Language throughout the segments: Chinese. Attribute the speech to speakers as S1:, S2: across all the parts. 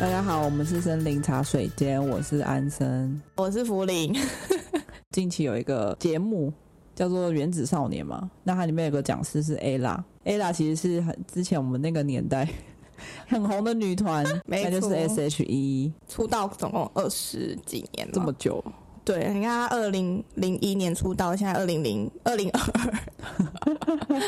S1: 大家好，我们是森林茶水间，我是安生。
S2: 我是福林，
S1: 近期有一个节目叫做《原子少年》嘛，那它里面有个讲师是 ella，ella 其实是很之前我们那个年代 很红的女团，
S2: 没
S1: 那就是
S2: 错
S1: S.H.E
S2: 出道总共二十几年了，
S1: 这么久，
S2: 对，你看他二零零一年出道，现在二零零二 零二二，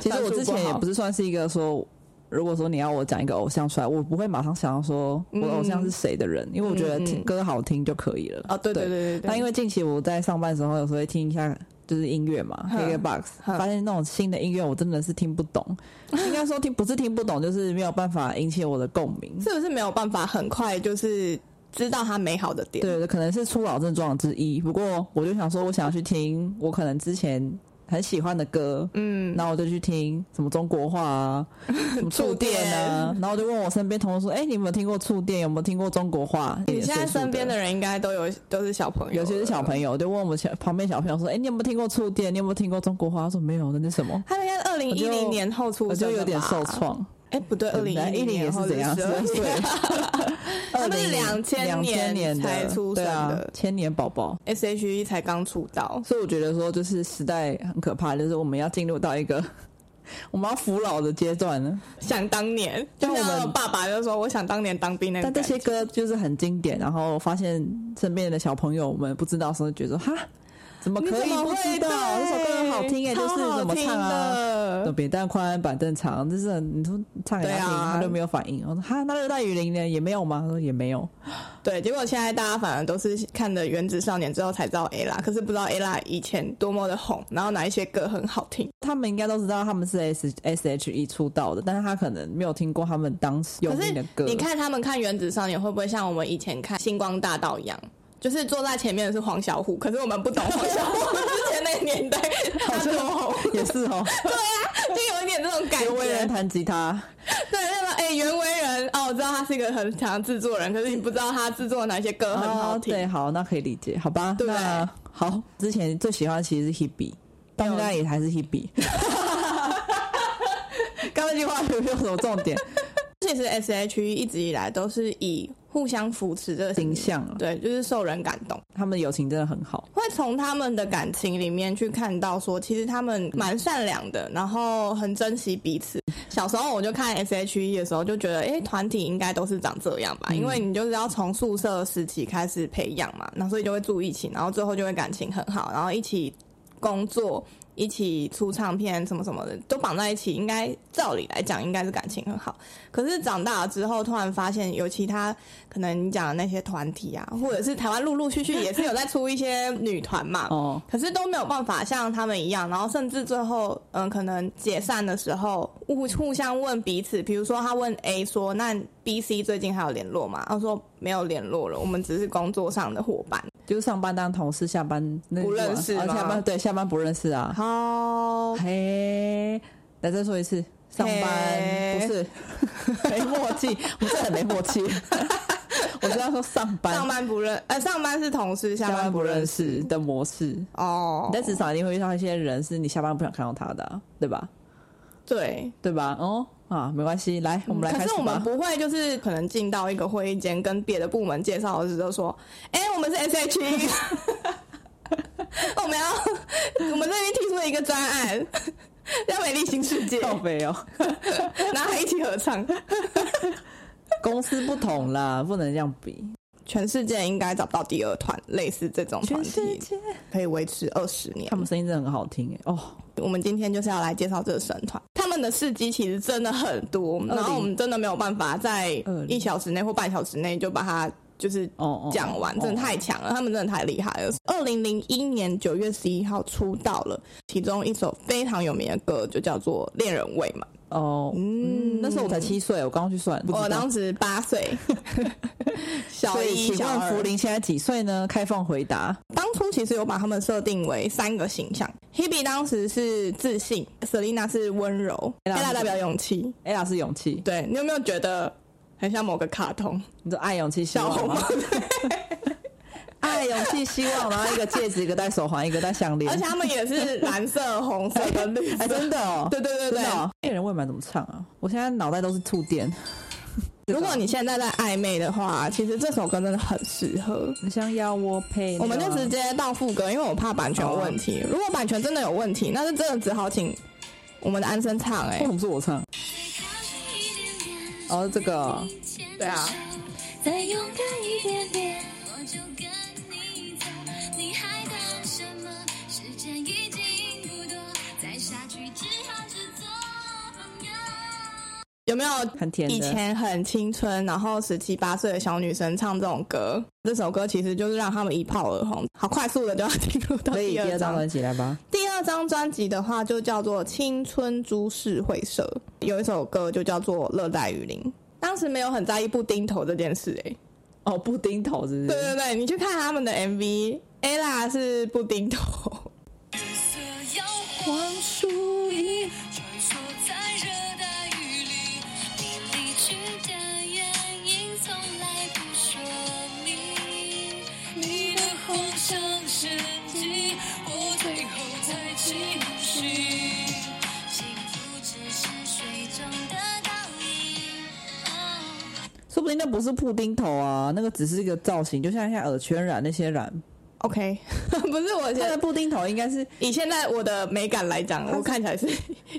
S1: 其实我之前也不
S2: 是
S1: 是算是一个说，如果说你要我讲一个偶像出来，我不会马上想要说我的偶像是谁的人，因为我觉得听
S2: 嗯嗯嗯
S1: 歌好听就可以了。
S2: 哦，对对
S1: 对
S2: 对对对，
S1: 那因为近期我在上班的时候，有时候会听一下就是音乐嘛
S2: 哼
S1: ，KKBOX，
S2: 哼
S1: 发现那种新的音乐我真的是听不 懂，应该说听不是听不懂，就是没有办法引起我的共鸣。
S2: 是不是没有办法很快就是知道他美好的点？
S1: 对，可能是初老症状之一。不过我就想说，我想要去听我可能之前很喜欢的歌，
S2: 嗯，
S1: 然后我就去听什么中国话 啊，什么触
S2: 触电
S1: 电啊，然后我就问我身边同事说：“哎、你有没有听过触电？有没有听过中国话？”
S2: 你现在身边
S1: 的
S2: 的人应该都有都是小朋友了，
S1: 有些是小朋友，我就问我们小旁边小朋友说：“哎、你有没有听过触电？你有没有听过中国话？”他说：“没有，那是什么
S2: 他们应该二零一零年后？”出
S1: 我
S2: 生，
S1: 就有点受。创。
S2: 哎，不对，二零
S1: 一
S2: 零
S1: 零也
S2: 年
S1: 是
S2: 后
S1: 怎样？
S2: 12
S1: 12岁，
S2: 他们是2000
S1: 2000年
S2: 才
S1: 的
S2: 出
S1: 对
S2: 生
S1: 啊
S2: 的，
S1: 千年宝宝。
S2: ，S.H.E E 才刚出道，
S1: 所以我觉得说，就是时代很可怕，就是我们要进入到一个 我们要服老的阶段了。
S2: 想当年，
S1: 但我们
S2: 像爸爸就说：“我想当年当兵那个。”
S1: 但这些歌就是很经典，然后发现身边的小朋友们不知道的时候，觉得说哈，怎么
S2: 你
S1: 可
S2: 怎
S1: 以
S2: 么
S1: 不知
S2: 会
S1: 道？这首歌很好听耶，
S2: 耶，
S1: 就是
S2: 超好
S1: 怎么唱啊？
S2: 听的
S1: 扁担宽，板凳长，就是很你说唱给他听，
S2: 对啊
S1: 他就没有反应。我说哈，那热带雨林呢？也没有吗？他说也没有。
S2: 对，结果现在大家反而都是看了《原子少年》之后才知道 A 啦，可是不知道 A 啦以前多么的红，然后哪一些歌很好听。
S1: 他们应该都知道他们是 S S H E 出道的，但是他可能没有听过他们当时有
S2: 可是
S1: 名的歌。
S2: 你看他们看《原子少年》会不会像我们以前看《星光大道》一样？就是坐在前面的是黄小虎，可是我们不懂黄小虎之前那个年代他多 红，
S1: 也是哦，
S2: 就有一点这种感
S1: 刘威
S2: 觉
S1: 人。弹吉他，
S2: 对，那么哎，袁惟仁哦，我知道他是一个很强的制作人，可是你不知道他制作的哪些歌很好听。
S1: 哦对，好，那可以理解，好吧？
S2: 对
S1: 那好，之前最喜欢的其实是 Hebe，到现在也还是 Hebe。刚刚那句话有没有什么重点？
S2: 其实 S.H.E 一直以来都是以互相扶持的
S1: 形象啊
S2: 对，就是受人感动，
S1: 他们的友情真的很好，
S2: 会从他们的感情里面去看到说，其实他们蛮善良的，然后很珍惜彼此。小时候我就看 S.H.E 的时候，就觉得，哎，团体应该都是长这样吧，因为你就是要从宿舍时期开始培养嘛，那所以就会住一起，然后最后就会感情很好，然后一起工作。一起出唱片什么什么的都绑在一起，应该照理来讲应该是感情很好。可是长大了之后，突然发现有其他可能你讲的那些团体啊，或者是台湾陆陆续续也是有在出一些女团嘛，
S1: 哦
S2: 可是都没有办法像他们一样，然后甚至最后，嗯，可能解散的时候互互相问彼此，比如说他问 A 说：“那 B、C 最近还有联络吗？”他说：“没有联络了，我们只是工作上的伙伴。
S1: 就是上班当同事，下班那
S2: 不认识
S1: 啊
S2: 吗哦
S1: 下班对下班不认识”啊。
S2: 好，
S1: 嘿，来再说一次，上班
S2: 嘿
S1: 不是 没默契，我们真的很没默 契。我是要说上班，
S2: 上班不认，呃，上班是同事，下
S1: 下
S2: 班
S1: 班
S2: 不
S1: 不
S2: 认
S1: 认
S2: 识。
S1: 识的模式。
S2: 哦
S1: 你，在职场一定会遇到一些人，是你下班不想看到他的啊、对吧？
S2: 对，
S1: 对吧？哦啊，没关系，来，我们来
S2: 嗯可
S1: 开
S2: 是
S1: 始
S2: 我们
S1: 吧。
S2: 不会，就是可能进到一个会议间，跟别的部门介绍的时候说：“哎、我们是 SHE，我们要我 们这边提出了一个专案， 叫《美丽新世界
S1: 靠》，背哦，
S2: 然后还一起合唱。
S1: 公司不同啦，不能这样比。
S2: 全世界应该找不到第二团类似这种团体，
S1: 界，
S2: 可以维持二十年
S1: 他。们声音真的很好听哎哦，
S2: 我们今天就是要来介绍这个神团，他们的事迹其实真的很多，然后我们真的没有办法在
S1: 20
S2: 一小时内或半小时内就把它就是
S1: 哦哦，
S2: 讲完，真的太强了，他们真的太厉害了。二零零一年九月十一号出道了，其中一首非常有名的歌就叫做《恋人味》嘛。
S1: 哦，嗯，那时候我才七岁，我刚刚去算，哦不知道
S2: 我哦当时八 岁，小
S1: 所以
S2: 一、
S1: 请
S2: 小
S1: 问
S2: 二
S1: 福。林现在几岁呢？开放回答。
S2: 当初其实有把他们设定为三个形象，Hebe 当时是自信，Selina 是温柔
S1: Ella 是
S2: ，Ella 代表勇气。
S1: Ella 是哎勇气，
S2: 对你有没有觉得很像某个卡通？
S1: 你说爱勇气希
S2: 小
S1: 望
S2: 红帽
S1: 吗？ 爱勇气希望，然后一个戒指，一个戴手环，一个戴项链
S2: 而且，他们也是蓝色、红色跟 绿色
S1: 哎，。真的哦，
S2: 对对对
S1: 真
S2: 对
S1: 的、，哦，恋人未满怎么唱啊？我现在脑袋都是触电，
S2: 如果你现在在暧昧的话，其实这首歌真的很适合。
S1: 你想要啊哦我陪，
S2: 我们就直接到副歌，因为我怕版权有问题。如果版权真的有问题，那就真的只好请我们的安生唱、哎
S1: 为什么是我唱？哦，这个哦
S2: 哎，对啊，
S3: 再勇敢一点点，我就跟你走。你还等什么？时间已经不多，再下去只好只做朋友。
S2: 有没有？
S1: 很甜
S2: 以
S1: 的。
S2: 前很青春，然后十七八岁的小女生唱这种歌，这首歌其实就是让他们一炮而红。好快速的就要进入到
S1: 所以
S2: 第
S1: 第
S2: 二
S1: 二张
S2: 章。
S1: 专辑来吧。
S2: 第二张专辑的话，就叫做《青春株式会社》，有一首歌就叫做《热带雨林》。当时没有很在意布丁头这件事、欸，
S1: 哦，布丁头是不
S2: 对
S1: 是？
S2: 对对，你去看他们的 MV，ella 是布丁 头，
S3: 所有黄树叶穿梭在热带雨林，你离去的原因从来不说明。你的谎像神迹，我最后才清醒，幸福只是水中的倒影。哦
S1: 说不定那不是布丁头啊，那个只是一个造型，就像像耳圈染那些染。
S2: OK，不 是我现
S1: 它
S2: 在
S1: 的布丁头应该是
S2: 以现在我的美感来讲，我看起来是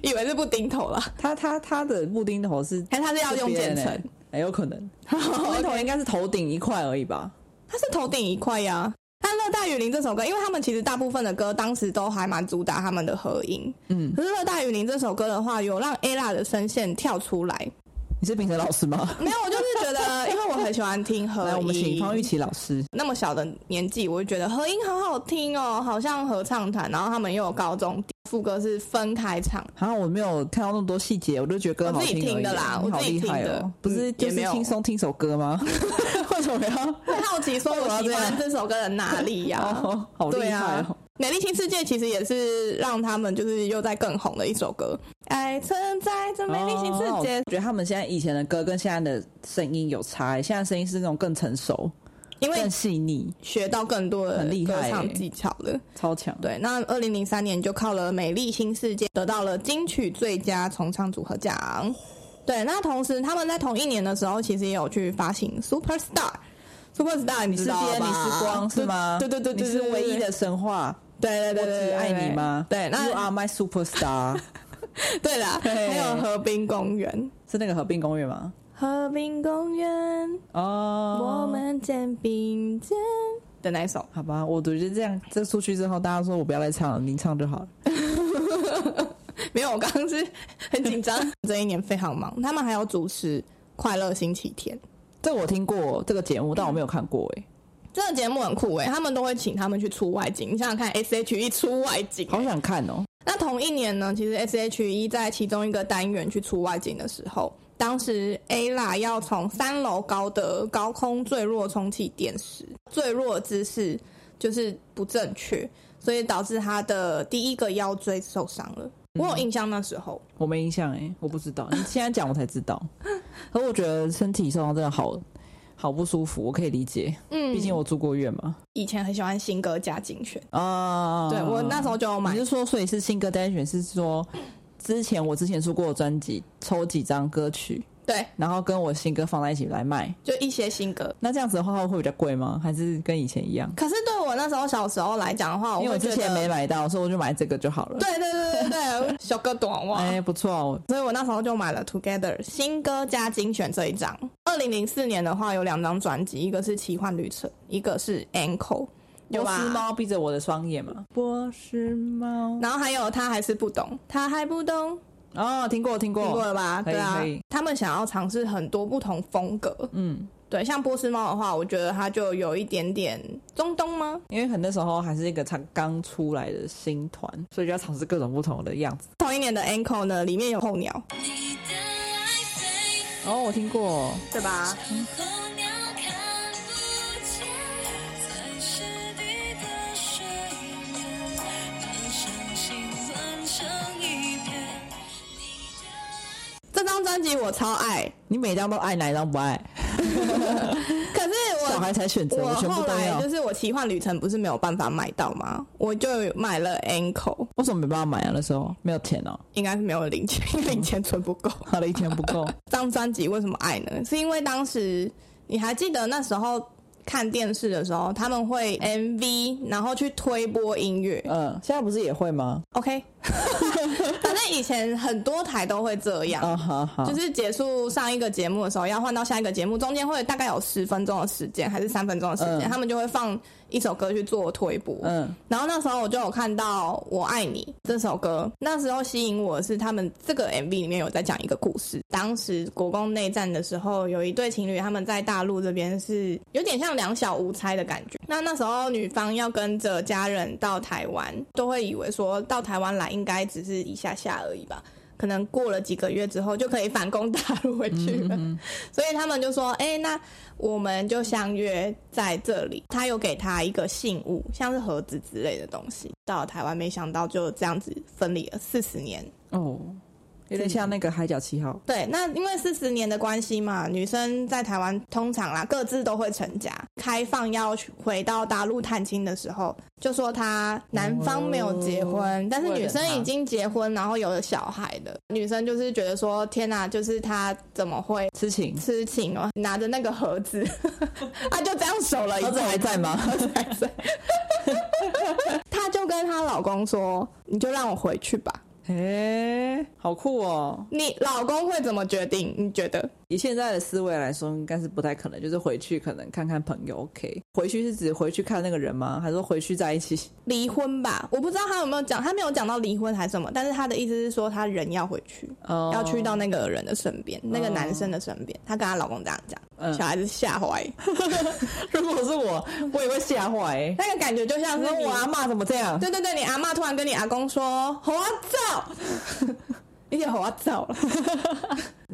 S2: 以为是布丁头啦，
S1: 它它它的布丁头是
S2: 还是他是要用
S1: 这
S2: 渐
S1: 边欸
S2: 层？，
S1: 哎，有可 能。布丁头应该是头顶一块而已吧？
S2: 它是头顶一块呀。但《热带雨林》这首歌，因为他们其实大部分的歌当时都还蛮主打他们的合音，
S1: 嗯，
S2: 可是《热带雨林》这首歌的话，有让 ella 的声线跳出来。
S1: 你是评审老师吗？
S2: 没有，我就是觉得，因为我很喜欢听合 音。
S1: 来，我们请方玉琪老师。
S2: 那么小的年纪，我就觉得合音好好听哦，好像合唱团。然后他们又有高中低副歌是分开唱，
S1: 好像我没有看到那么多细节，我就觉得歌好听而已
S2: 我自己听的啦
S1: 你好
S2: 我自己
S1: 厉害
S2: 听的
S1: 哦！不是
S2: 嗯
S1: 就
S2: 也
S1: 是
S2: 没有
S1: 轻松听首歌吗？ 为什么要？
S2: 会好奇说我喜欢这首歌的哪里呀、
S1: 哦，好
S2: 对
S1: 厉害
S2: 啊
S1: 哦！，
S2: 《美丽新世界》其实也是让他们就是又在更红的一首歌。爱存在这美丽新世
S1: 哦
S2: 界，
S1: 我觉得他们现在以前的歌跟现在的声音有差欸，现在声音是那种更成熟、
S2: 因为
S1: 更细腻，
S2: 学到更多的
S1: 很厉害
S2: 歌
S1: 欸
S2: 唱技巧了。
S1: 超强。
S2: 对，那二零零三年就靠了《美丽新世界》得到了金曲最佳重唱组合奖。对，那同时他们在同一年的时候，其实也有去发行《Superstar》。Superstar，你
S1: 你
S2: 知
S1: 是
S2: 道
S1: 爹，你是光，是吗？
S2: 对对对对，
S1: 你是唯一的神 话，
S2: 对，对
S1: 我
S2: 对对对，
S1: 只
S2: 对
S1: 爱你吗？
S2: 对，那
S1: You are my superstar，
S2: 对啦，
S1: 对
S2: 还有河滨公园，
S1: 是那个河滨公园吗？
S2: 河滨公园，
S1: 哦，
S2: 我们肩并肩的那一首。
S1: 好吧，我觉得这样，这出去之后，大家说我不要再唱了，您唱就好了。
S2: 没有，我刚刚是 很紧 张。这一年非常忙，他们还有主持《快乐星期天》。
S1: 这我听过这个节目，但我没有看过哎、
S2: 这个节目很酷诶、欸他们都会请他们去出外景。你想想看，S.H.E 出外景、
S1: 好想看哦。
S2: 那同一年呢，其实 S.H.E 在其中一个单元去出外景的时候，当时 A 啦要从三楼高的高空坠落充气垫时，坠落姿势就是不正确，所以导致他的第一个腰椎受伤了。
S1: 嗯
S2: 我有印象那时候，
S1: 我没印象哎、我不知道，你现在讲我才知 道。可我觉得身体受伤真的好好不舒服，我可以理解，
S2: 嗯，
S1: 毕竟我住过院嘛。
S2: 以前很喜欢新歌加精选，
S1: 啊，
S2: 对我那时候就有买
S1: 你是说，所以是新歌单选是说，之前我之前出过的专辑，抽几张歌曲，
S2: 对，
S1: 然后跟我新歌放在一起来卖。
S2: 就一些新歌。
S1: 那这样子的话会比较贵吗？还是跟以前一样？
S2: 可是对我那时候小时候来讲的话，
S1: 因为
S2: 会
S1: 我之
S2: 觉
S1: 前
S2: 得
S1: 没买到，所以我就买这个就好了。
S2: 对啊对对对对，小哥短袜。
S1: 哎、不错哦，
S2: 所以我那时候就买了《Together》新歌加精选这一张。二零零四年的话，有两张专辑，一个是《奇幻旅程》，一个是《Ankle》，有
S1: 波斯
S2: 吧？
S1: 猫闭着我的双眼嘛？波斯猫
S2: 然后还有他还是不懂，他还不懂，
S1: 哦，听过听过，
S2: 听过了吧？
S1: 可以
S2: 对啊
S1: 可以，
S2: 他们想要尝试很多不同风格。
S1: 嗯，
S2: 对，像波斯猫的话，我觉得它就有一点点中东吗？
S1: 因为很那时候还是一个才刚出来的新团，所以就要尝试各种不同的样子。
S2: 同一年的《Ankle》呢，里面有候鸟，
S3: 你的爱飞。
S1: 哦，我听过，
S2: 对吧？
S3: 候鸟看不见，在湿地的水面，把伤心乱成一片。
S2: 这张专辑我超爱，
S1: 你每张都爱，哪一张不爱？
S2: 可是我
S1: 小孩才选择，
S2: 我
S1: 全部
S2: 后
S1: 都
S2: 来
S1: 要
S2: 就。是我奇幻旅程不是没有办法买到吗？我就买了 ankle，
S1: 为什么没办法买啊？那时候没有钱哦，
S2: 应该是没有零钱，因为零钱存不 够。
S1: 花了一天不够。
S2: 这张专辑为什么爱呢？是因为当时你还记得那时候看电视的时候，他们会 MV，然后去推播音乐。
S1: 嗯，现在不是也会吗？
S2: OK，反正以前很多台都会这样。
S1: 啊，好好，
S2: 就是结束上一个节目的时候，要换到下一个节目，中间会大概有十分钟的时间，还是三分钟的时间，
S1: 嗯
S2: 他们就会放一首歌去做推播。
S1: 嗯
S2: 然后那时候我就有看到《我爱你》这首歌，那时候吸引我的是他们这个 MV 里面有在讲一个故事。当时国共内战的时候，有一对情侣，他们在大陆这边是有点像两小无猜的感觉。那那时候女方要跟着家人到台湾，都会以为说到台湾来应该只是一下下而已吧。可能过了几个月之后就可以反攻大陆回去了，所以他们就说：“哎、那我们就相约在这里。”他有给他一个信物，像是盒子之类的东西。到了台湾，没想到就这样子分离了四十年。
S1: 哦，有点像那个《海角七号》。
S2: 对，那因为四十年的关系嘛，女生在台湾通常啦各自都会成家，开放要去回到大陆探亲的时候，就说她男方没有结婚，
S1: 哦
S2: 但是女生
S1: 为了她
S2: 已经结婚，然后有了小孩的女生就是觉得说天哪、就是她怎么会
S1: 痴情，
S2: 痴情哦，拿着那个盒子， 啊，就这样守了一
S1: 儿
S2: 阵
S1: 子
S2: 子
S1: 还在 吗？
S2: 儿子还在。她就跟她老公说：“你就让我回去吧。
S1: 哎，好酷哦！”
S2: 你老公会怎么决定？你觉得？
S1: 以现在的思维来说，应该是不太可能，就是回去可能看看朋友，OK。回去是指回去看那个人吗？还是说回去在一起？
S2: 离婚吧，我不知道他有没有讲，他没有讲到离婚还是什么，但是他的意思是说他人要回去，
S1: 哦
S2: 要去到那个人的身边，那个男生的身边。她跟她老公这样讲，
S1: 嗯
S2: 小孩子吓坏，
S1: 如果是我，我也会吓坏、 欸。
S2: 那个感觉就像
S1: 你
S2: 是
S1: 说
S2: 你啊
S1: 我阿妈怎么这样？
S2: 对对对，你阿妈突然跟你阿公说“猴啊照”，有
S1: 哎
S2: 点猴啊照了。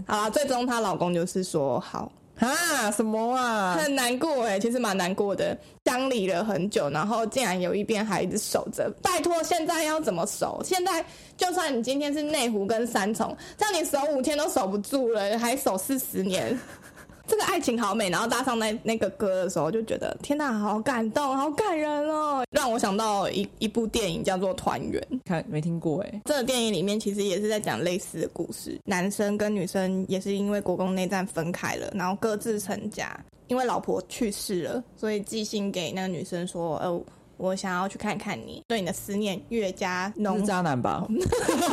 S2: 好啦，最终她老公就是说好，
S1: 啊，什么啊？
S2: 很难过哎、其实蛮难过的，相离了很久，然后竟然有一边还一直守着。拜托，现在要怎么守？现在就算你今天是内湖跟三重，这样你守五天都守不住了，还守四十年。 这个爱情好美，然后搭上那那个歌的时候，就觉得天哪，好感动，好感人哦，让我想到一一部电影叫做《团圆》。
S1: 看没听过哎、
S2: 这个电影里面其实也是在讲类似的故事，男生跟女生也是因为国共内战分开了，然后各自成家，因为老婆去世了，所以寄信给那个女生说，呃，我想要去看看你，对你的思念越加浓
S1: 是。渣男 吧？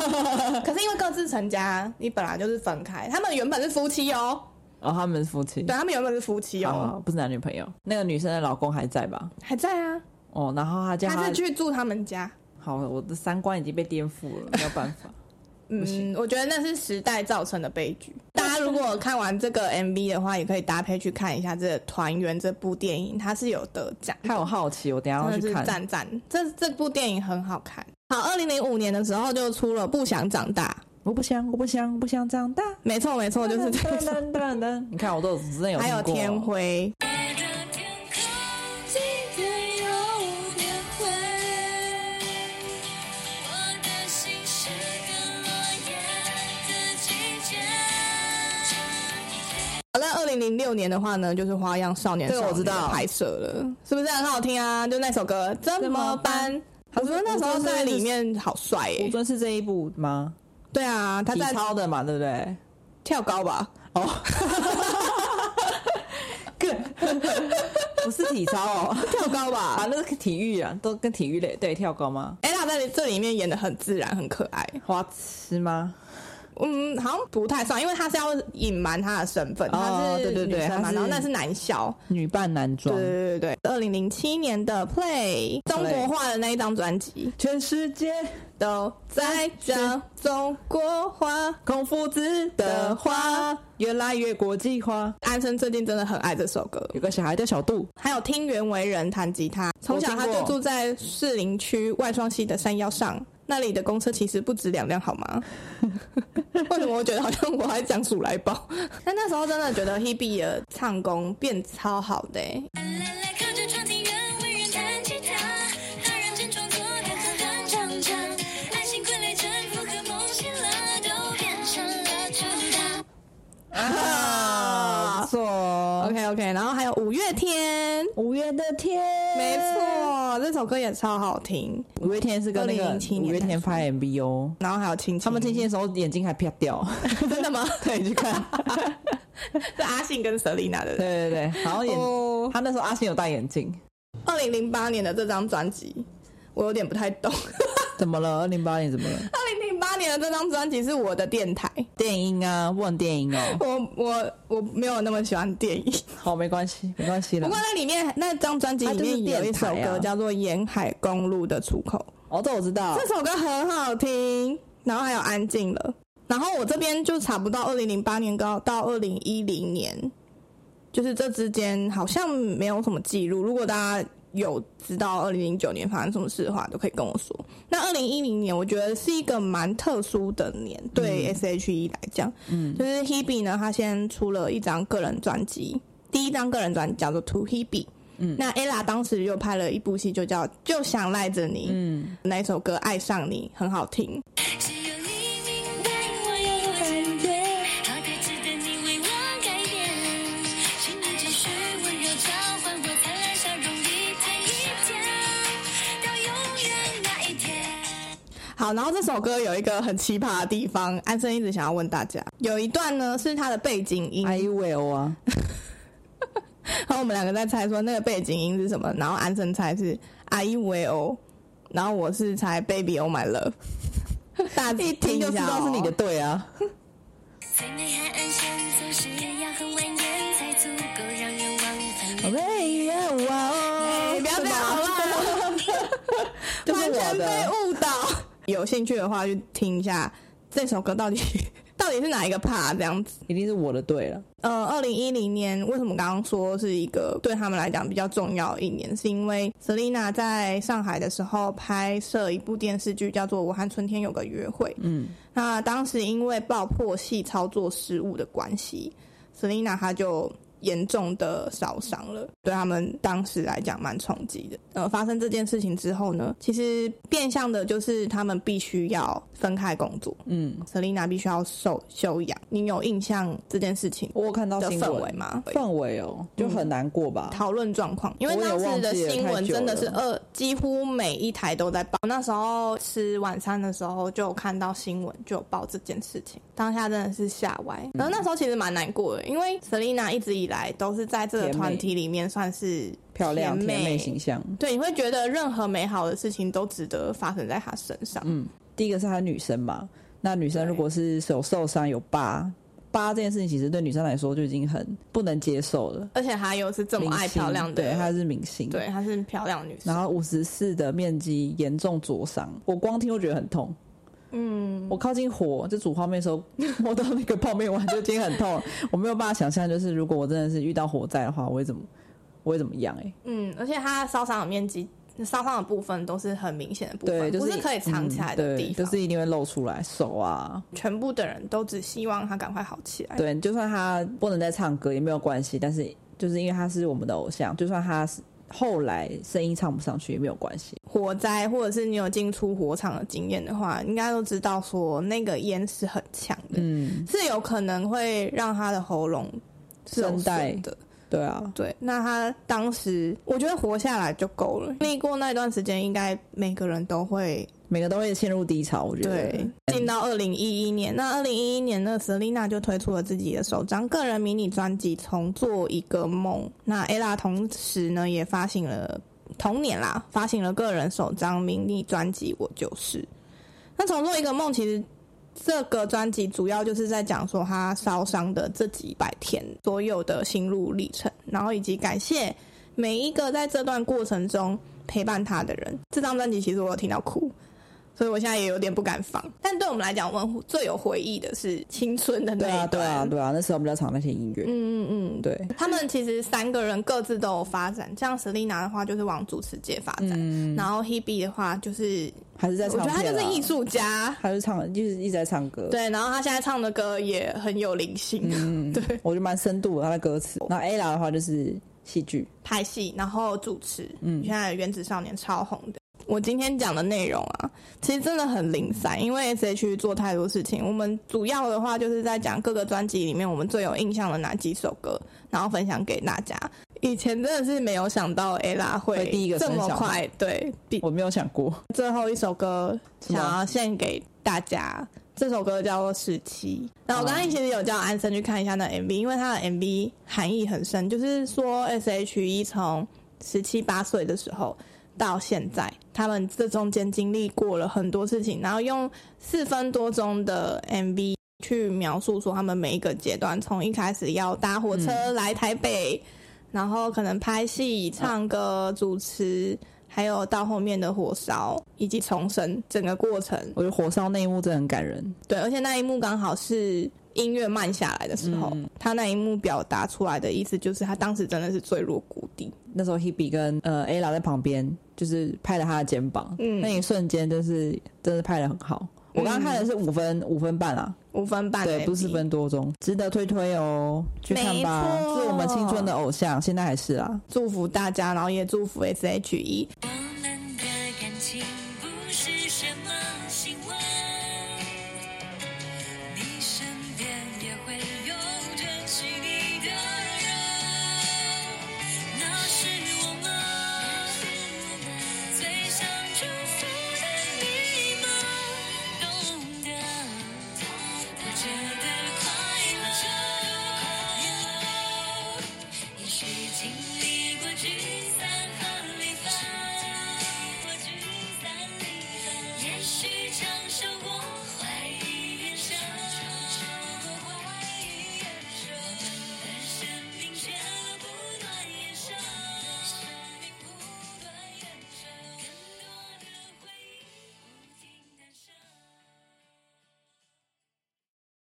S2: 可是因为各自成家，你本来就是分开，他们原本是夫妻哦，
S1: 哦，他们是夫妻，
S2: 对他们原本是夫妻
S1: 好
S2: 哦，
S1: 好，不是男女朋友。那个女生的老公还在吧？
S2: 还在啊，
S1: 哦，然后他叫
S2: 他
S1: 他
S2: 是去住他们家。
S1: 好，我的三观已经被颠覆 了，没有办法。不
S2: 嗯
S1: 行，
S2: 我觉得那是时代造成的悲剧。大家如果看完这个 MV 的话，也可以搭配去看一下这个《团圆》这部电影，它是有得奖，
S1: 看我好奇，我等一下要
S2: 真
S1: 去
S2: 的是
S1: 看。
S2: 赞赞。这这部电影很好看。好，二零零五年的时候就出了《不想长大》，
S1: 我不想，我不想，不想长大。
S2: 没错没错，就是这
S1: 噔
S2: 个。
S1: 噔噔噔， 你看我都有之前有
S2: 还有
S1: 听过
S2: 天灰，
S3: 我的天空今天有点灰，我的心是个落叶的季节。
S2: 好那二零零六年的话呢，就是《花样少年
S1: 这
S2: 少
S1: 个
S2: 女》
S1: 我知道
S2: 拍摄了，是不是很好听啊？就那首歌怎么办？
S1: 他
S2: 我觉得那时候在里面好帅耶、
S1: 吴尊是这一部吗？
S2: 对啊，他
S1: 体
S2: 在
S1: 操的嘛，对不对？
S2: 跳高吧？
S1: 不是体操 哦，
S2: 跳高 吧？
S1: 啊，那个体育啊，都跟体育类对跳高吗？
S2: 艾拉哎在这里面演的很自然，很可爱。
S1: 花痴吗？
S2: 嗯，好像不太算，因为他是要隐瞒他的身份，
S1: 哦
S2: 他是
S1: 对对对
S2: 女生
S1: 他
S2: 嘛，
S1: 是
S2: 然后那是男校。
S1: 女扮男
S2: 对
S1: 装，
S2: 对对对，二零零七年的 Play 中国化的那一张专辑
S1: 全世界
S2: 都在讲中国话
S1: 孔夫子的
S2: 的
S1: 话
S2: 话。
S1: 越来越国际化。
S2: 安生最近真的很爱这首歌，
S1: 有个小孩叫小杜，
S2: 还有听袁惟仁弹吉他，从小
S1: 我
S2: 他
S1: 听
S2: 就
S1: 过
S2: 住在士林区外双溪的山腰上，那里的公车其实不止两辆，好吗？ 为什么我觉得好像我还讲鼠来宝？但那时候真的觉得 Hebe 的唱功变超好的、欸，
S3: 来来，看着传听员为人弹吉他，他认真创作，他很很长长，爱情傀儡征服和梦醒了，都变成了主打。
S1: 啊，不错哦，
S2: OK，然后还有五月天，
S1: 五月的天，
S2: 没，错，这首歌也超好听。
S1: 五月天是跟那个
S2: 2007
S1: 五
S2: 年
S1: 月天拍 MV 哦，
S2: 然后还有亲亲，
S1: 他们进线的时候眼睛还啪掉，
S2: 真的 吗？
S1: 对，你去看，
S2: 是阿信跟 Selina 的。
S1: 对对对，好像眼，
S2: 哦，
S1: 他那时候阿信有戴眼镜，
S2: 二零零八年的这张专辑，我有点不太懂。
S1: 怎么了？二零八年怎么了？
S2: 二零零八年的这张专辑是我的电台，
S1: 电音啊，问电音哦，
S2: 我我我没有那么喜欢电影，
S1: 好，没关系，没关系
S2: 不
S1: 了
S2: 过。那里面那张专辑里面有一首
S1: 啊它就是电台啊
S2: 歌叫做《沿海公路的出口》，
S1: 哦，这我知道
S2: 这，首歌很好听，然后还有《安静了》，然后我这边就查不到二零零八年到到二零一零年，就是这之间好像没有什么记录。如果大家有知道二零零九年发生什么事的话，都可以跟我说。那二零一零年，我觉得是一个蛮特殊的年，对 S.H.E 来讲，嗯，就是 Hebe 呢，她先出了一张个人专辑，第一张个人专辑叫做《To Hebe》。嗯，那 ella 当时就拍了一部戏，就叫《就想赖着你》。嗯，那一首歌《爱上你》很好听。
S3: 只有你明白我要的感觉，好太值得你为我改变。请你继续温柔召唤我灿烂笑容，一天一天到永远那一天。
S2: 好，然后这首歌有一个很奇葩的地方，安生一直想要问大家，有一段呢是它的背景音，
S1: ，I will 啊，
S2: 然后我们两个在猜说那个背景音是什么，然后安生猜是 I will，然后我是猜 Baby Oh My Love。大家
S1: 一听就知
S2: 下
S1: 道
S2: 哦
S1: 是你的对啊，
S3: 在美海岸线走时，也要很蜿蜒，才足够让人忘返你。
S1: 哇哦
S2: 你哎不要这样好不好？
S1: 就是
S2: 完
S1: 我
S2: 全被
S1: 的，
S2: 误导。有兴趣的话，就听一下这首歌到底 到底是哪一个 part 这样子。
S1: 一定是我的对了，
S2: 呃，二零一零年为什么刚刚说是一个对他们来讲比较重要的一年，是因为 Selina 在上海的时候拍摄一部电视剧，叫做《我和春天有个约会》。
S1: 嗯，
S2: 那当时因为爆破系操作失误的关系，Selina 她就严重的烧伤了，对他们当时来讲蛮冲击的。呃，发生这件事情之后呢，其实变相的就是他们必须要分开工作
S1: 嗯，
S2: ，Selina 必须要受休养。你有印象这件事情
S1: 我有看到
S2: 的
S1: 新
S2: 氛围
S1: 闻，
S2: 吗？
S1: 氛围哦，就很难过吧？
S2: 讨论状况，因为
S1: 我也
S2: 当时
S1: 忘
S2: 的
S1: 记了
S2: 新闻
S1: 太久
S2: 真的是
S1: 了
S2: 二，几乎每一台都在报。那时候吃晚餐的时候就有看到新闻，就有报这件事情，当下真的是吓歪。
S1: 嗯
S2: 然后那时候其实蛮难过的，因为 Selina 一直以来都是在这个
S1: 甜美
S2: 团体里面算是
S1: 漂亮
S2: 甜
S1: 甜
S2: 美
S1: 美形象，
S2: 对，你会觉得任何美好的事情都值得发生在她身上。
S1: 嗯第一个是她女生嘛，那女生
S2: 对
S1: 如果是手受伤有疤，疤这件事情其实对女生来说就已经很不能接受了。
S2: 而且她又是这
S1: 明
S2: 么爱
S1: 星
S2: 漂亮的，
S1: 对，她是明星，
S2: 对，她是漂亮的女
S1: 然
S2: 生。
S1: 后五十四的面积严重灼伤，我光听就觉得很痛。嗯，我靠近火就煮泡面的时候 摸到那个泡面碗就已经很痛了，我没有办法想象，就是如果我真的是遇到火灾的话，我会怎么，我会怎么样、欸？哎，
S2: 嗯，而且她烧伤的面积。烧伤的部分都是很明显的部分，
S1: 对，就
S2: 不是可以藏起来的
S1: 嗯
S2: 地
S1: 对
S2: 方，
S1: 就是一定会露出来手啊。
S2: 全部的人都只希望他赶快好起来。
S1: 对，就算他不能再唱歌也没有关系，但是就是因为他是我们的偶像，就算他是后来声音唱不上去也没有关系。
S2: 火灾或者是你有进出火场的经验的话，应该都知道说那个烟是很强的，
S1: 嗯，
S2: 是有可能会让他的喉咙受
S1: 声带
S2: 损的。
S1: 对啊，
S2: 对，那他当时我觉得活下来就够了。经历过那段时间，应该每个人都会
S1: 每个都会陷入低潮，我觉得。
S2: 对，进到二零一一年，那二零一一年呢，Selina 就推出了自己的首张个人迷你专辑《重做一个梦》。那 ella 同时呢也发行了同年啦，发行了个人首张迷你专辑《我就是》。那《重做一个梦》其实这个专辑主要就是在讲说他烧伤的这几百天所有的心路历程，然后以及感谢每一个在这段过程中陪伴他的人。这张专辑其实我有听到哭，所以我现在也有点不敢放。但对我们来讲，我们最有回忆的是青春的那
S1: 对啊，
S2: 一段。
S1: 对啊，对啊，那时候比较常那些音乐，
S2: 嗯嗯嗯。
S1: 对，
S2: 他们其实三个人各自都有发展，像 Selina 的话就是往主持界发展，然后 Hebe 的话就是，
S1: 还嗯是在
S2: 我
S1: 唱
S2: 觉
S1: 片
S2: 得
S1: 啊
S2: 他就是艺，术家，
S1: 他就是唱，就是一直在唱歌，，
S2: 对，然后他现在唱的歌也很有灵性，
S1: 嗯
S2: 对，
S1: 我觉得蛮深度的他的歌词。那 ella 的话就是戏剧，
S2: 拍戏，然后主持，嗯，现在原子少年超红的。我今天讲的内容啊，其实真的很零散，因为 S H 做太多事情。我们主要的话就是在讲各个专辑里面我们最有印象的哪几首歌，然后分享给大家。以前真的是没有想到 Ella 会
S1: 会第一个
S2: 这
S1: 分
S2: 么
S1: 享吗
S2: 快，对，第
S1: 我没有想过，
S2: 最后一首歌
S1: 什么
S2: 想要献给大家，这首歌叫做《十七》。然后我刚刚其实有叫安生去看一下那 MV，因为他的 MV 含义很深，就是说 S.H.E 从十七八岁的时候到现在，他们这中间经历过了很多事情，然后用四分多钟的 MV。去描述说他们每一个阶段，从一开始要搭火
S1: 嗯
S2: 车来台北，然后可能拍戏、
S1: 啊
S2: 唱歌、主持，还有到后面的火烧以及重生整个过程。
S1: 我觉得火烧那一幕真的很感人，
S2: 对，而且那一幕刚好是音乐慢下来的时候，
S1: 嗯
S2: 他那一幕表达出来的意思就是他当时真的是坠入谷底。
S1: 那时候 Hebe 跟呃 Ella 在旁边，就是拍了他的肩膀，
S2: 嗯
S1: 那一瞬间就是真的拍的很好。我刚刚看的是五分五分半啊，
S2: 五分半的 MV，
S1: 对，不是分多钟，值得推推哦，去看吧，
S2: 没错
S1: 是我们青春的偶像，现在还是啊，
S2: 祝福大 E 家，然后也祝福 S.H.E。
S3: 我们的感情不是什么